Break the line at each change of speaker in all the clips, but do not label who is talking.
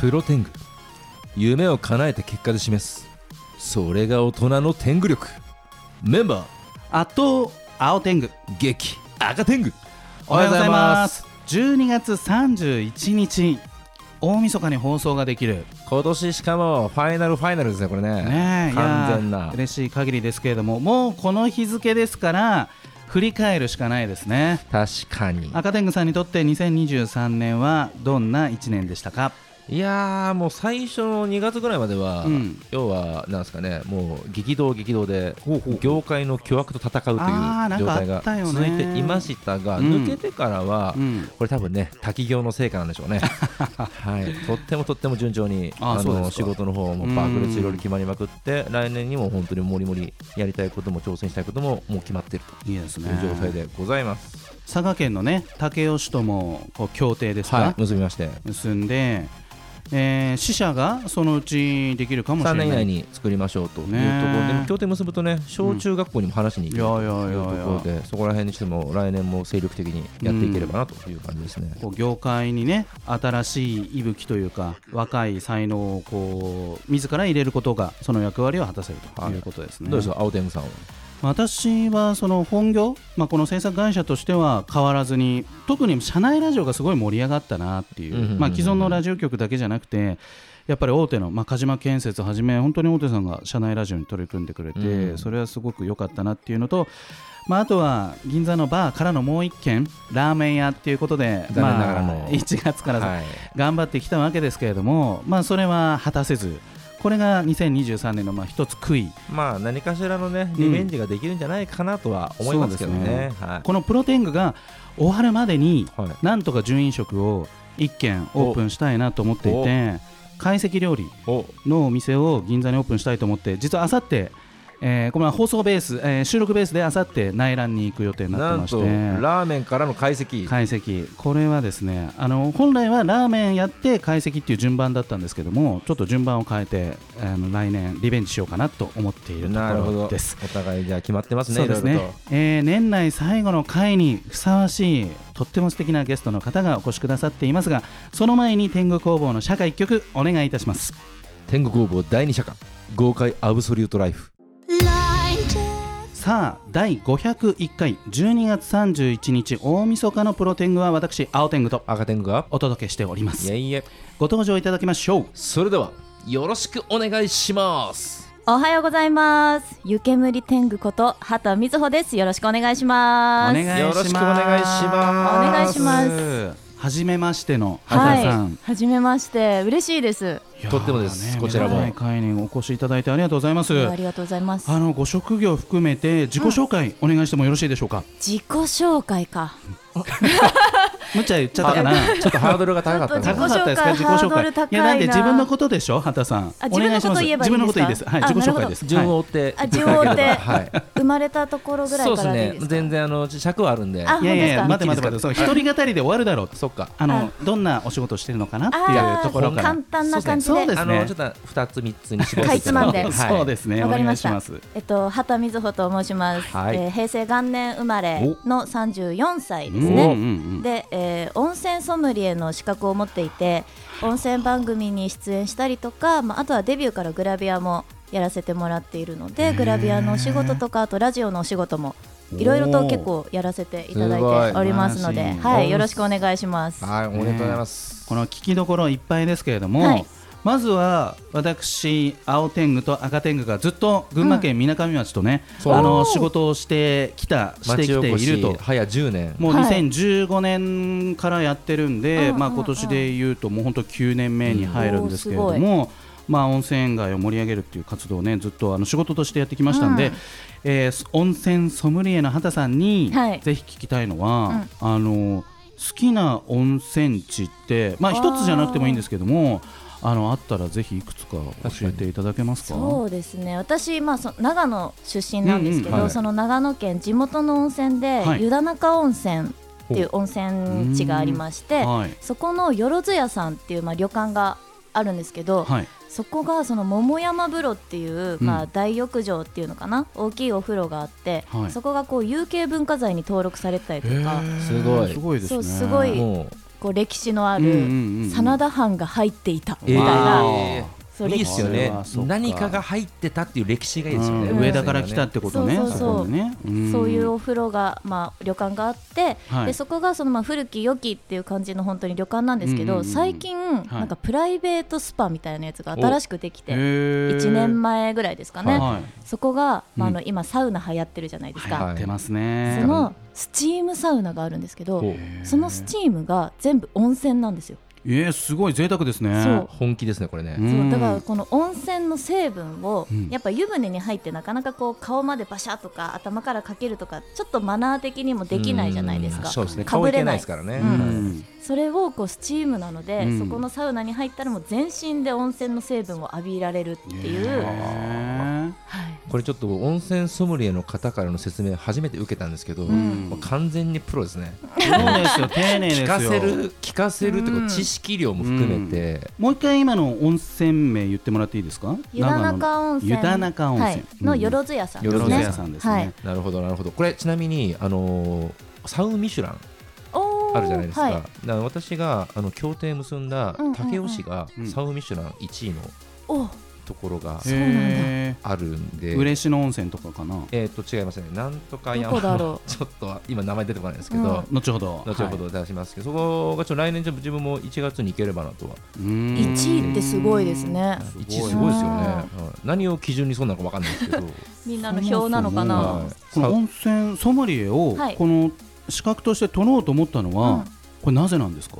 プロテング夢を叶えて結果で示すそれが大人の天狗力メンバ
あと青天狗
ー激赤天狗
おはようございます12月31日大晦日に放送ができる
今年しかもファイナルファイナルですねこれね
ねえ
完全
いや
な
ー嬉しい限りですけれどももうこの日付ですから振り返るしかないですね
確かに
赤天狗さんにとって2023年はどんな1年でしたか
いやーもう最初の2月ぐらいまでは、
うん
要はなんですかねもう激動激動で業界の巨悪と戦うとい
あーな
うん状
か
態
あ
が
ったよね
続いていましたが、
うん
抜けてからは、
うん
これ多分ね滝行の成果なんでしょう ね、はい、とってもとっても順調に
あー
あ
そうです
の
か
仕事の方もバークレスいろいろ決まりまくって来年にも本当にもりもりやりたいことも挑戦したいことももう決まっている
いいです
と
ね
いう状態でございます、
佐賀県のね武雄市ともこう協定ですか、
はい、結びまして
結んで、えー死者がそのうちできるかもしれ
3
ない
年以内に作りましょうというところ
ねえ
でも協定結ぶとね小中学校にも話しに行
い
く
や
と
いや
い
い
うと
や
ころ
いや
でそこら辺にしても来年も精力的にやっていければなという感じですね。
こう業界にね新しい息吹というか若い才能をこう自ら入れることがその役割を果たせるということですね、
どうですか青天狗さんは
私はその本業、まあ、この制作会社としては変わらずに特に社内ラジオがすごい盛り上がったなってい
うんうんうんう
う、
ん
まあ、既存のラジオ局だけじゃなくてやっぱり大手の、まあ、鹿島建設はじめ本当に大手さんが社内ラジオに取り組んでくれて、
うん
それはすごく良かったなっていうのと、まあ、あとは銀座のバーからのもう一軒ラーメン屋っていうことで、
残念ながら
ま
の
あ、1月から
はい
頑張ってきたわけですけれども、まあ、それは果たせずこれが2023年のまあ一つ悔い。
まあ何かしらのね
ん
リベンジができるんじゃないかなとは思いますけど
そう
ね
で。
はい
このプロテングが終わるまでに
はい
なんとか純飲食を1軒オープンしたいなと思っていて懐石料理
お
のお店を銀座にオープンしたいと思って実はあさってえーこれは放送ベース、えー収録ベースであさって内覧に行く予定になっ
な
てま
ん
して
とラーメンからの解析
解析これはですねあの本来はラーメンやって解析っていう順番だったんですけどもちょっと順番を変えてあの来年リベンジしようかなと思っていると
なる
こ
ほ
ろ
ど
です
お互いじゃあ決まってますね
そうです
い
ね
ろいろと。
えー年内最後の回にふさわしいとっても素敵なゲストの方がお越しくださっていますがその前に天狗工房の社会一曲お願いいたします
天狗工房第二社館豪快アブソリュートライフ
さあ第501回12月31日大晦日のプロ天狗は私青天狗と
赤天狗が
お届けしておりま
い
す
えいえ
ご登場いただきましょう
それではよろしくお願いします
おはようございます。湯煙天狗こと畑瑞穂です。よろしくお願いし
お
ます。
願いします
よろしくお願いします
お願いします
はじめましての
は
畑
い
さん、、
はじめまして、嬉しいです。
いやー
とってもですこちらも
目の前会にお越しいただいてありがとうございます
ありがとうございます。
あのご職業含めて自己紹介お願いしてもよろしいでしょうか。
自己紹介か。
むっちゃん言っちゃったかな。
ちょっとハードルが高かった
自己
ね
紹介ハードル高いない
やだって自分のことでしょ、畑さん。
あ自分の
お願
こと
します
言えばい
自
い
分のこ
んですか
といいです。はい、
あ
自己紹介です。
順
は
を追って
あ順を追って
はい
生まれたところぐら
そうで
いか
す
らでいい
ね
ですか。
全然あの尺はあるんで
あ
い。いやいやいや、
本
待
当
て待て待て、その一人語りで終わるだろう。
そっか
あのどんなお仕事してるのかなっていうところから
あー簡単な感じで
そうです
あ
ね
のちょっ。と2つ3つに絞って
かいつまんで
は
そうですね。お
わかり
願
ま
い
し
したます。
えっと畑瑞穂と申します。
はい
えー平成元年生まれの34歳です
うんう
ね。
ん
で、えー温泉ソムリエの資格を持っていて温泉番組に出演したりとか、まあ、あとはデビューからグラビアもやらせてもらっているのでグラビアのお仕事とかあとラジオのお仕事もいろいろと結構やらせていただいております
す
の
ご
で
い
はい、よろしくお願いします。
はいおめでとうございます
この聞きどころいっぱいですけれども、
はい
まずは私青天狗と赤天狗がずっと群馬県みなかみ町とね、
うん
あの
そう
仕事をしてきたして
町
き
お
て
こ
いる
し
と。
早10年
もう
はい
2015年からやってるんで、
うんうんうん
まあ今年で言うともう本当9年目に入るんですけれど
うん
も、まあ温泉街を盛り上げるっていう活動をねずっとあの仕事としてやってきましたんで、
うん
えー温泉ソムリエの畑さんに
はい
ぜひ聞きたいのは、あの好きな温泉地ってまあ
あー
一つじゃなくてもいいんですけどもあのあったらぜひいくつか教えていただけますか
そうですね私、まあ、そ長野出身なんですけど、
うんうんはい
その長野県地元の温泉で、
はい
湯田中温泉っていう温泉地がありまして、
はい
そこのよろず屋さんっていう、まあ、旅館があるんですけど、
はい
そこがその桃山風呂っていう、ま
う
あ、
ん
大浴場っていうのかな大きいお風呂があって、
はい
そこがこう有形文化財に登録されてたりとか
すごい
すごいです
そ
ね
うすごい
も
こう歴史のあ
うんうんうんう
る
ん
真田藩が入っていたみた
え
い
ー
な、
わ
そう
いいですよ
それ
ね
はそうか
何かが入ってたっていう歴史がいいですよね、
うん上田から来たってことね
そうそうそう
こでねん
そういうお風呂が、まあ、旅館があって、
はい
でそこがそのまあ古き良きっていう感じの本当に旅館なんですけど、
うんうんうん
最近、なんかプライベートスパみたいなやつが新しくで
へ
きて
ー
1年前ぐらいですかね、
は
そこが、まあ、あの
う
今サウナ流行ってるじゃないですか、
い
はい
出ます
そ
ね
のスチームサウナがあるんですけ
ほう
どそのスチームが全部温泉なんですよ、
えーすごい贅沢ですね
そう
本気ですねこれね、
うん
そうだからこの温泉の成分を、
うん
やっぱ湯船に入ってなかなかこう顔までバシャとか頭からかけるとかちょっとマナー的にもできないじゃないですか。
そうですね
か
顔
ぶ
いけ
れ
ない
ない
ですからね、
う
うん
それをこうスチームなので、
うん
そこのサウナに入ったらもう全身で温泉の成分を浴びられるっていう、
へー
はい
これちょっと温泉ソムリエの方からの説明初めて受けたんですけど、
ん
もう完全にプロですね
そうですよ丁寧です
聞
よ
かせる聞かせるってこ
う
と
ん
知識量も含めて、
もう一回今の温泉名言ってもらっていいですか
湯田中温泉
湯田中温泉
はい、のよろず屋さん
よ
です
ろず
屋
ね。
さんですね、
はい
なるほどなるほどこれちなみにあのーサウミシュラン
おー
あるじゃないですか,、
は
だから私があの協定結んだ
うんうんうん
武雄市が
うん
サウミシュラン1位の
お
ところが
そうなんだ
へ
あるんで、
ー嬉野温泉とかかな
えー、と違いますね、なんとか
どこだ
山
ろ
の、 ちょっと今、名前出てこないですけど、
うん
後ほど
後ほど出しますけど、そこがちょっと来年、ちょっと自分も1月に行ければなとは、
1
1
位ってすごいですね。
1位
す
す
ご
ご
い
いですよね、はい何を基準にそうなのか分かんないですけ ど、
みんなの表なのかな。
はい
この温泉ソムリエを
はい
この資格として取ろうと思ったのは、
うん
これなぜなんですか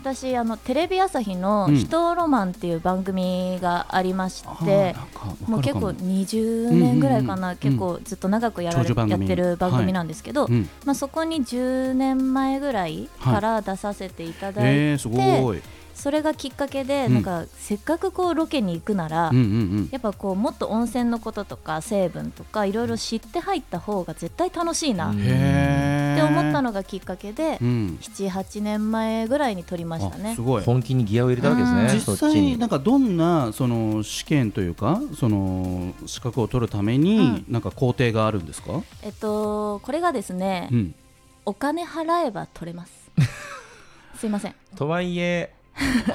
私あのテレビ朝日の
うん
「人ロマン」っていう番組がありまし
あー
て、
なんかわかるか
もう結構20
うんうんうん
年ぐらいかな、
うん
結構ずっと長くやられ
長寿番
やっ
組
てる番組なんですけど、
うん
まあ、そこに10年前ぐらいから出させていただいて、
えー、すごい、
それがきっかけで、
うん
なんかせっかくこうロケに行くなら、
うんうん
やっぱこうもっと温泉のこととか成分とかいろいろ知って入った方が絶対楽しいな
う
う
っ
んん、
や
へー
て思ったのがきっかけで、
うん
78年前ぐらいに撮りました
あ
ね
す。ごい
本気にギアを入れたわけですね、そ
実
っち
際
に。
なんかどんなその試験というかその資格を取るためになんか工程があるんですか、
えっと、これがですね、
うん
お金払えば取 れます。すいません。
とはいえ、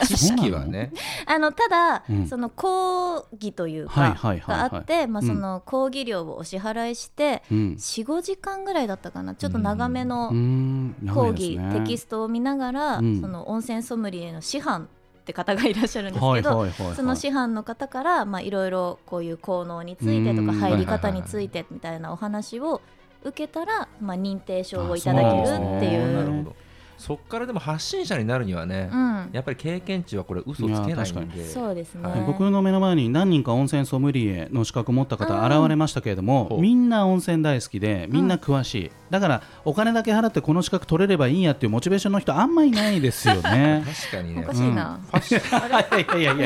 知識はね、
あのただ、
うん
その講義というか、
はいはいはいはい
があって、まあ
うん
その講義料をお支払いして、
うん
4、5時間ぐらいだったかな、ちょっと長め
うー
の
ん長
講
いです
義、
ね
テキストを見ながら、
うん
その温泉ソムリエの師範って方がいらっしゃるんですけど、
はいはいはいはい、
その師範の方からまあいろいろこういう効能についてと
うん
か入
はい
り方
はいはい
についてみたいなお話を受けたらまあ認定証をいただける
あそうなん
っ
で
て
す
い
ね
な
う
るほどそこからでも発信者になるにはね、
うん、
やっぱり経験値はこれ、嘘つけない
いや
ん
確
で、
そうですね。
はい
僕の目の前に何人か温泉ソムリエの資格を持った方現れましたけれども
うん
みんな温泉大好きでみんな詳しい、だからお金だけ払ってこの資格取れればいいやっていうモチベーションの人あんまいないですよね。
確かに
お
ね
か、しいな。
いやいやいやい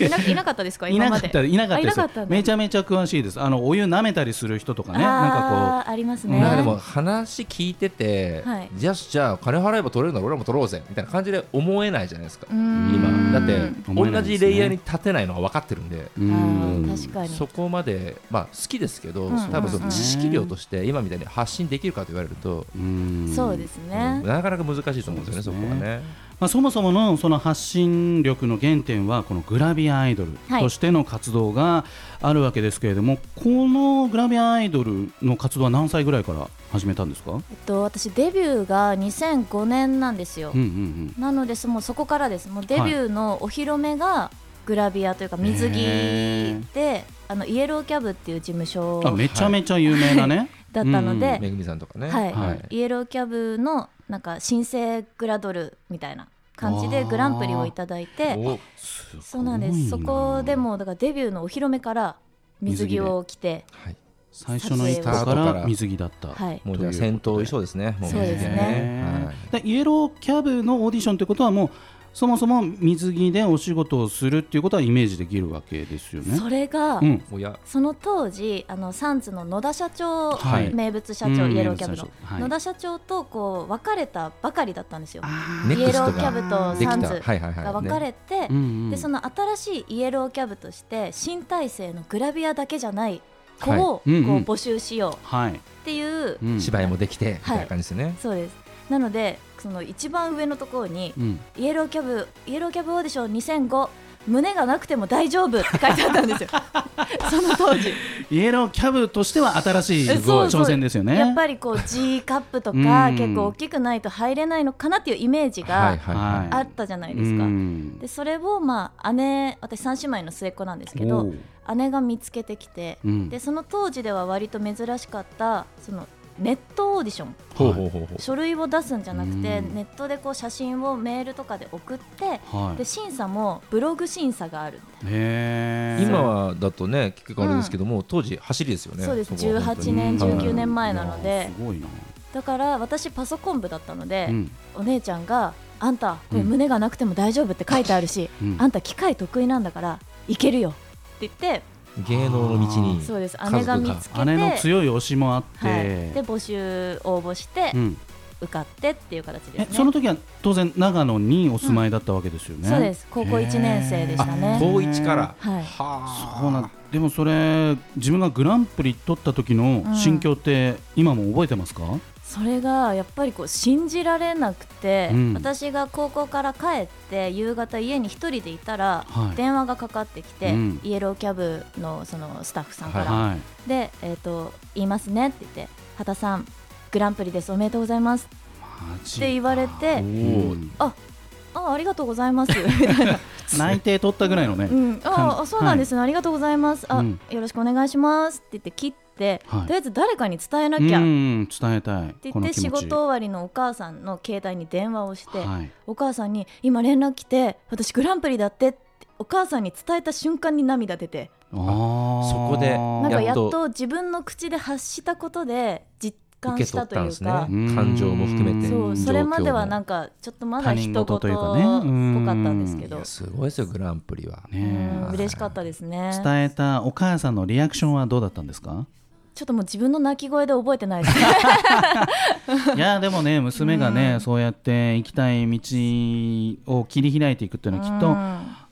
や
いないなかったです か
いな
今
か
ま
っ
で。
たいなかったです
あいなかった
よ
んだ
めちゃめちゃ詳しいですあのお湯舐めたりする人とかねなんか
あーあります
う
ね。
なんかでも話聞いてて、
はい
じゃあじゃあ金払えば取れるなら俺らも取ろうぜみたいな感じで思えないじゃないですか、
うん
今だっ
う
て
ん
思えな
同
いですね
じレイヤーに立てないのが分かってるんで。
こうう
あ
ん
ー確かに。
そこまで、まあ、好きですけど、
うん
多分そ
うん
の知識量として今みたいに発信できるかと言われると、
うん
そうですね。
なかなか難しいと思うんですよね、
そ
そう
で
こ
すね
はね。
まあ、そもそものその発信力の原点はこのグラビアアイドル
はい
としての活動があるわけですけれども、このグラビアアイドルの活動は何歳ぐらいから始めたんですか、
えっと私デビューが2005年なんですよ
うん。うん
なのでそもうそこからです。もうデビューのお披露目がグラビアというか水着
へ
で、あのイエローキャブっていう事務所
うん、あめちゃめちゃ有名なね、
だったので、
めぐみさんとかね。
はい
はい
イエローキャブのなんか新生グラドルみたいな感じでグランプリをいただいて。
お
すごい
そうなんです。そこでもだからデビューのお披露目から水着を着て、
はい、
最初の一歩か
撮影を
ら水着だった、
はい。
もうじゃあ戦闘衣装ですね、も
そうですね
はい
でイエローキャブのオーディションということはもうそもそも水着でお仕事をするっていうことはイメージできるわけですよね。
それが、
うん
おや
その当時あのサンズの野田社長、
はい
名物社
う
長
ん
イエローキャブの、
はい
野田社長とこう別れたばかりだったんですよ。
あ
ネ
イ
ク
エ
ス
ロ
ト
ーキャ
が
ブと
でき
サン
た、
ズ
はいはいはい。
が別れて、
うんうん
でその新しいイエローキャブとして新体制のグラビアだけじゃない子をこう
うんうん
募集しよう
はい、
っていう、
うん
芝居もできて、みたいな感じですね。
そうですなのでその一番上のところに
うん、
イエローキャブイエローキャブオーディション2005胸がなくても大丈夫って書いてあったんですよその当時
イエローキャブとしては新しい
えそうそう
挑戦ですよね。
やっぱりこう G カップとか
うん
結構大きくないと入れないのかなっていうイメージ
はい
が
はい
はい
は
あったじゃないです
う
か。
ん
でそれをまあ姉私三姉妹の末っ子なんですけ
お
ど
う
姉が見つけてきて
うん
でその当時では割と珍しかったそのネットオーディション
いほうほうほうほう
書類を出すんじゃなくて
うん
ネットでこう写真をメールとかで送って
は
で審査もブログ審査があるみたい
い、へー
今はだとね結構あれですけども、当時走りですよね
そうです
こは本当に
18年
はい
19年前なの
い
で
やーすごいな、
なだから私パソコン部だったので、
うん
お姉ちゃんが「あんたこれ胸がなくても大丈夫」って書いてあるし、
うん
あんた機械得意なんだからいけるよって言って、
芸能の道に
そうです
家
姉が
族
見
が
つけて
姉の強い推しもあって、
はい、で募集応募して
うん、
受かってっていう形ですね
え、その時は当然長野にお住まいだったわけですよね。
そうです高校1年生でした
へ
ね
ー
高一から
はい
は
そうなんでもそれ自分がグランプリ取った時の心境って今も覚えてますか、
それがやっぱりこう信じられなくて、
うん
私が高校から帰って夕方家に一人でいたら、
はい
電話がかかってきて、
うん
イエローキャブのそのスタッフさんから、
は
で、えーと「言いますね」って言って「畑さんグランプリですおめでとうございます」
い、マジ
って言われて
お
う
お
ん
「あありがとうございます」みたいな
内定取ったぐらいのね、
うん、ああそうなんですね、ありがとうございますあ、
うん
よろしくお願いしますって言って切って、
はい
とりあえず誰かに伝えな
う
きゃ、っ
ん伝えたい
て
こ
言っ
の
て
気持
仕
ち
事終わりのお母さんの携帯に電話をして、
はい、
お母さんに今連絡来て私グランプリだってってお母さんに伝えた瞬間に涙出て
あー
そこで
なんかやっ
やっ
と
と
自分の口で発したことで実
受
感
け
し
取
た
っ
とい
たんで
う
すね
か。
うん
感情も含めて
そうそれまで
状
は
況も
なんかちょっとまだ一言っぽ
他人事というかねうん
かったんですけ
い
ど
や、すごいですよグランプリは、
う
ね
ん嬉しかったですね
え伝えたお母さんのリアクションはどうだったんです か
ちょっともう自分の泣き声で覚えてないですね
いやでもね娘がね、そうやって行きたい道を切り開いていくっていうのはきっと、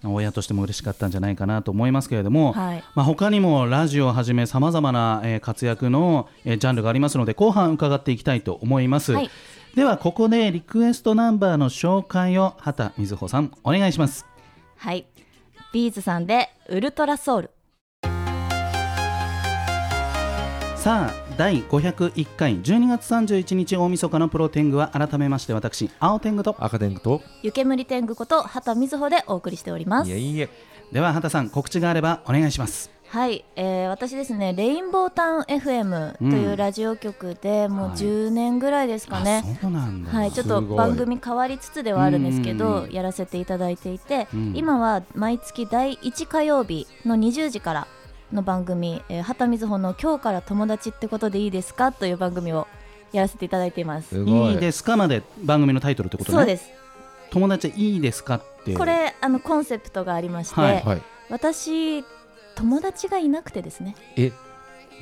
う
親としても嬉しかったんじゃないかなと思いますけれども、
んはい
まあ、他にもラジオをはじめさまざまな、えー活躍の、えージャンルがありますので後半伺っていきたいと思います、
はい
ではここでリクエストナンバーの紹介を畑瑞穂さんお願いします
はいビーズさんでウルトラソウル
さあ第501回12月31日大晦日のプロテングは改めまして私青天狗と
アカデミックと
湯煙天狗こと畑瑞穂でお送りしております
いえいえ
では畑さん告知があればお願いします
はい、えー私ですね、レインボータウン FM といううんラジオ局で、もう
はい
10年ぐらいですかね。
あそうなんだ、
はい、ちょっと
すごい
番組変わりつつではあるんですけ
う
ど
ん
やらせていただいていて、
うん
今は毎月第1火曜日の20時からの番組「えー、畑瑞穂の今日から友達ってことでいいですか?」という番組をやらせていただいています。
すごい
いいですかまで番組のタイトルってことね
そうです
友達いいですかって
これあのコンセプトがありまして、
はい
はい
私友達がいなくてですね
え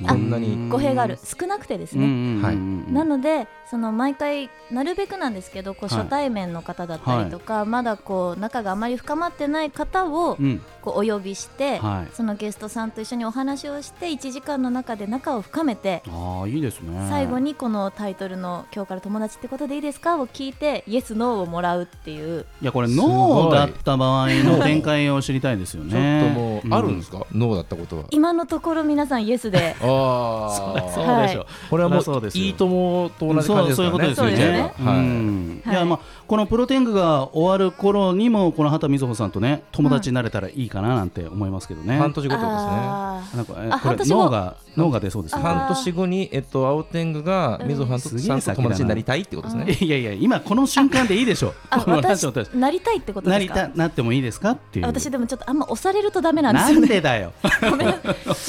こんなに
語弊がある少なくてですね、
はい
な
の
のでその毎回なるべくなんですけどこう
はい
初対面の方だったりとか、まだこう仲があまり深まってない方を
うん、
こうお呼びして、
はい
そのゲストさんと一緒にお話をして1時間の中で仲を深めて
ああいいですね
最後にこのタイトルの「今日から友達ってことでいいですか?」を聞いてイエス・ノーをもらうっていう
いやこれ
すごい
ノーだった場合の展開を知りたいですよ
ちょっと
ね
もうあるんですか、脳だったことは
今のところ皆さんイエ スで
ああ
そうでしょ、
これはも
そりゃそう
う
ですよ
いいともと同じ感じ
そう
です
そう
からね
いうことですよ
そうですね
ね。う
は
んい
は
や
い
まあこのプロテングが終わる頃にもこの畑瑞穂さんとね友達になれたらいいかななんて思いますけど
い、
ね。
半年後ってことですね
あー
なんかえ
あ
これ
半年後
脳が脳が出そうですね。
半年後に、えっと、青天狗が水穂さんと
うん
さんと友達になりたいってことですね。
いやいや今この瞬間でいいでしょ。
あ
このラ
私
ジオとして
なりたいってこと
な
です
りた
か
なってもいいですかっていう。
私でもちょっとあんま押されるとダメなんで
な
すよ
ん
ね
でだよ。
ごめん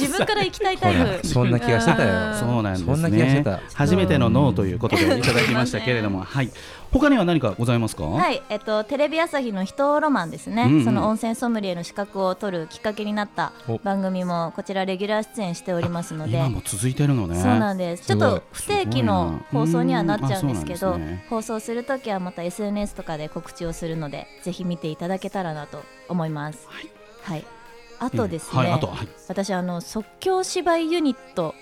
自分から行きたいタ
ほ
イ
ら
プ
そんな気がしてた
うん
よ。
そうなんですね。
そんな気がしてた
初めての脳ということでいただきましたけれども、はい。他には何かございますか。。
はいい、えっと、テレビ朝日の「人ロマン」ですね、
うんうん
その温泉ソムリエの資格を取るきっかけになった番組もこちらレギュラー出演しておりますので
今。も続いてるのね。
そうなんですちょっと不定期の
すごいな
放送にはなっちゃうんですけ
う
ど
んあそうなんですね
放送するときはまた SNS とかで告知をするのでぜひ見ていただけたらなと思います。
はい
はい、あとですね、
はい、あとはい。
私あの即興芝居ユニット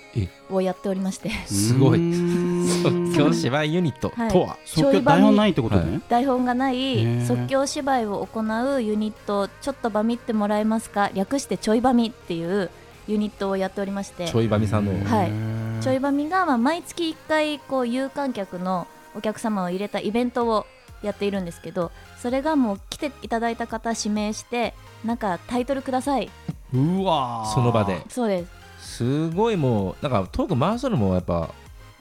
をやっておりまして
すごい。
うーん
即興芝居ユニット
はい
とは、
即興台本ないってことね、
は
台本がな
へー
い即興芝居を行うユニットちょっとバミってもらえますか略してちょいバミっていうユニットをやっておりまして
ちょいばみさんの、
へー
はいちょいバミがまあ毎月1回こう有観客のお客様を入れたイベントをやっているんですけどそれがもう来ていただいた方指名してなんかタイトルくださいう
わー
その場で
そうです
すごいもうなんかトーク回すのもやっぱ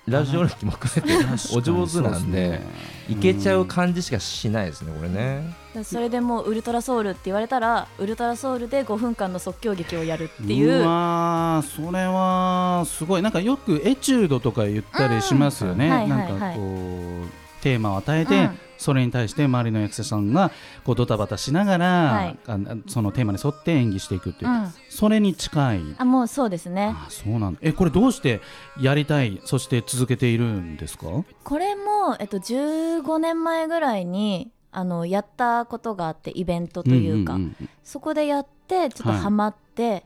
ラジオ歴も含めて
確かに
お上手なんで
そうすね
いけちゃう感じしかしないですねこれね
それでもうウルトラソウルって言われたらウルトラソウルで5分間の即興劇をやるっていうう
わーそれはすごいなんかよくエチュードとか言ったりしますよね、
うんはい
なん
はい
か
はい
こうテーマを与えて、
うん
それに対して周りの役者さんがこうドタバタしながら、
はい
あのそのテーマに沿って演技していくっていう、
うん
それに近い
あもうそうですね
あそうなんだえこれどうしてやりたいそして続けているんですか
これも、えっと、15年前ぐらいにあのやったことがあってイベントというか、
んんん
そこでやってちょっと
はい
ハマって、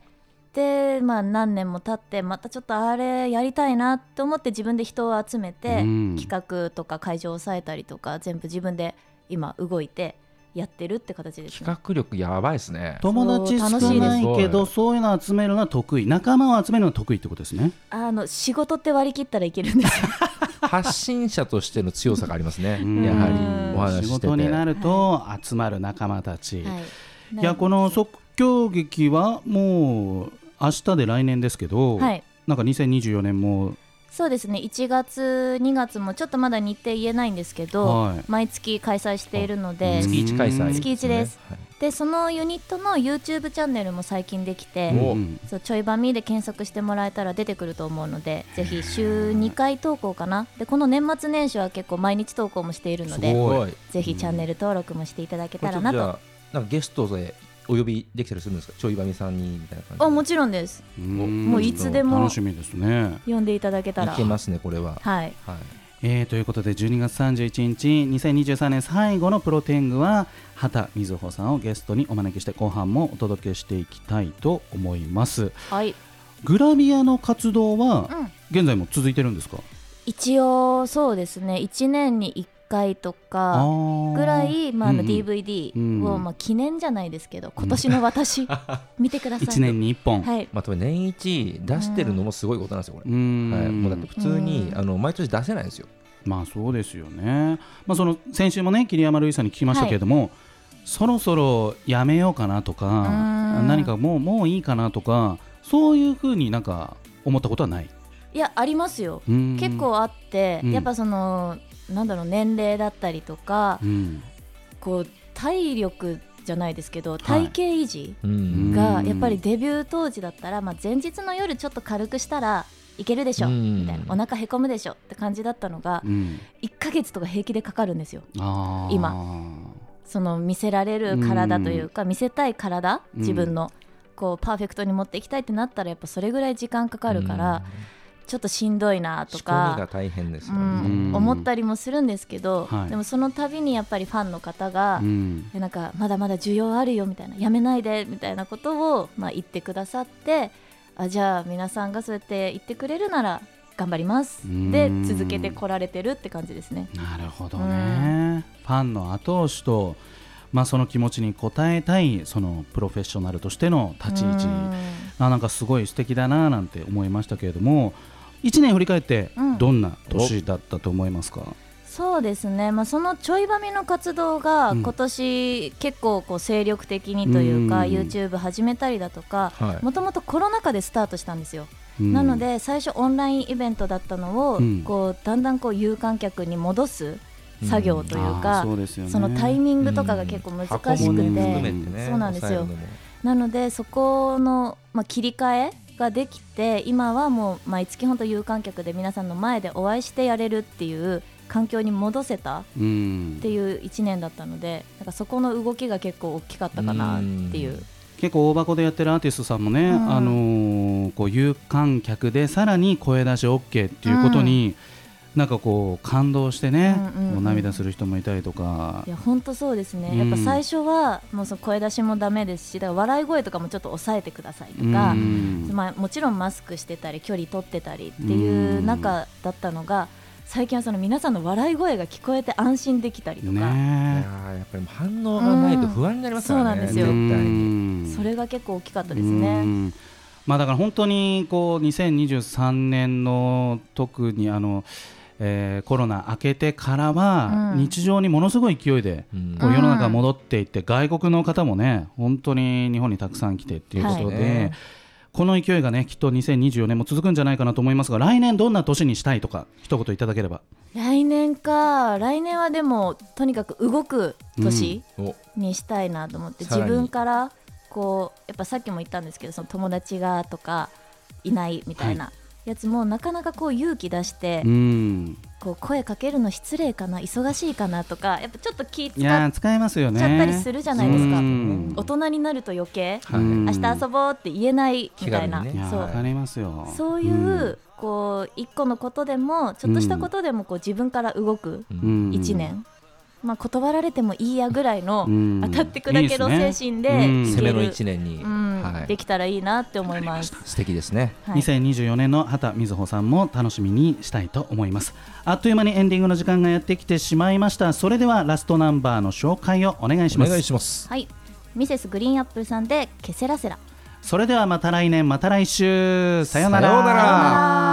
で、まあ、何年も経ってまたちょっとあれやりたいなと思って自分で人を集めて、
うん
企画とか会場を抑えたりとか全部自分で今動いてやってるって形ですね。
企画力やばいですね
友達
そう楽
少
しいです
ないけどそういうの集めるのは得意仲間を集めるのは得意ってことですね
あの仕事って割り切ったらいけるんですよ
発信者としての強さがありますね
うん
やはりお話し
仕
してて
事になると集まる仲間たち、、
はいい
やこの即興劇はもう明日で来年ですけど、
はい
なんか2024年も
そうですね1月2月もちょっとまだ日程言えないんですけど、
はい
毎月開催しているので
あ
月1開催
月一です
ね
でそのユニットの YouTube チャンネルも最近できて
お
うん
そうちょいばみで検索してもらえたら出てくると思うのでぜひ週2回投稿かなでこの年末年始は結構毎日投稿もしている
はい
の
す
で
ごい
ぜひチャンネル登録もしていただけ
こ
た
れちょ
ら
っと
な
じゃ
と
あなんかゲストでお呼びできたりするんですかちょいばみさんにみたいな感じで
あもちろんです
うん
もういつでも
楽しみですね
呼んでいただけたら
いけますねこれは
はい
はい
えーということで12月31日2023年最後のプロテングは畑瑞穂さんをゲストにお招きして後半もお届けしていきたいと思います
はい、
グラビアの活動
う
は
ん、
現在も続いてるんですか、
一応そうですね1年に1回と
あ
か
ー
ぐらい、まあ、あの
うんうん
DVD
う
を、
ん
まあ、記念じゃないですけど今年の私 見てください
一年に一本、
はい
まあ、多分年一出してるのもすごいことなんですよこ
う
れ、
ーん
はい、もうだって普通に
うん
あの毎年出せないんですよ
まあそうですよね、まあ、その先週もね桐山瑠衣さんに聞きましたけれども、そろそろやめようかなとか
うん
何かもうもういいかなとかそういうふうになんか思ったことはない
いやありますよ
結
結、構あって、
うん
やっぱそのなんだろう年齢だったりとか、
うん
こう体力じゃないですけ
は
ど
い
体型維持
うん、
んう
が
ん
やっぱりデビュー当時だったら、まあ、前日の夜ちょっと軽くしたらいけるでしょ、
うん
みたいなお腹へこむでしょって感じだったのが
うん、
1ヶ月とか平気でかかるんですよ
あー
その見せられる体というか、見せたい体
うん
自分の。こうパーフェクトに持っていきたいってなったらやっぱそれぐらい時間かかるから、ちょっとしんどいなと
仕
か
込みが大変です
う
よね、
うん
ん、思ったりもするんですけど、
はい
でもその度にやっぱりファンの方が、
うん
えなんかまだまだ需要あるよみたいなやめないでみたいなことを、まあ、言ってくださってあじゃあ皆さんがそうやって言ってくれるなら頑張ります
うん
で続けてこられてるって感じですね。
なるほどね、ファンの後押しと、まあ、その気持ちに応えたいそのプロフェッショナルとしての立ち位置
うん
あなんかすごい素敵だななんて思いましたけれども1年振り返って
うん
どんな年だったと思いますか、
そうですね、まあ、そのちょいばみの活動が
うん
今年結構こう精力的にという
う
か、
ん
YouTube 始めたりだとか
はい
もともとコロナ禍でスタートしたんですよ。
うん
なので最初オンラインイベントだったのを、
うん
こうだんだんこう有観客に戻す作業という
あー
か、
そうですよね
そのタイミングとかが結構難し
う
く
ん
て、
箱もね含めてね
そうなんですよ
抑えるのも
なのでそこの、まあ、切り替えができて今はもう毎月本当有観客で皆さんの前でお会いしてやれるっていう環境に戻せたっ
うん
ていう1年だったのでなんかそこの動きが結構大きかったかなっていう。
結構大箱でやってるアーティストさんもね、
うん
あのーこう有観客でさらに声出し OK っていうことに、なんかこう感動してね、
うんうんうん
もう涙する人もいたりとか
いや本当そうです
う
ね、
ん
やっぱ最初はもうその声出しもダメですしだから笑い声とかもちょっと抑えてくださいとか、
うん
まあ、もちろんマスクしてたり距離取ってたりっていう中だったのが最近はその皆さんの笑い声が聞こえて安心できたりとか、
い
ね
やーやっぱり反応がないと不安になりますからね、
うんそうなんです
え
よ
絶対に
うん
それが結構大きかったです
う
ね。
んまあだから本当にこう2023年の特にあの、えーコロナ明けてからは
うん
日常にものすごい勢いで、
うん
こう
うん
世の中戻っていって外国の方もね本当に日本にたくさん来てっていうこと
はい
で、
ね
この勢いがねきっと2024年も続くんじゃないかなと思いますが来年どんな年にしたいとか一言いただければ
来年か来年はでもとにかく動く年
お
にしたいなと思って、
さら
自
に
分からこうやっぱさっきも言ったんですけどその友達がとかいないみたいなやつもなかなかこう勇気出して、
うん
こう声かけるの失礼かな忙しいかなとかやっぱちょっと気
い
使
や
っ
ー使えますよね
ちゃったりするじゃないですか
うん
大人になると余計
はい
うん
明日遊ぼうって言えないみたいな、
気軽に
いや
ね
ー
そ
わ
う
かりますよ
そういう、
ん
こう一個のことでもちょっとしたことでもこう自分から動く
う
うんん
1年、まあ、断られてもいいやぐらいの
うん
当たって砕けろ
いいで
精
すね
神で
うん
い
攻め
け
の
る
一年に、
うん
は
で
い、
きたらいいなって思います。
素敵ですね
はい
2024年の畑瑞穂さんも楽しみにしたいと思いますあっという間にエンディングの時間がやってきてしまいましたそれではラストナンバーの紹介をお願いし
お
ます
願いします
はい、ミセスグリーンアップルさんで「ケセラセラ」
それではまた来年また来週さようなら
さようなら
さようなら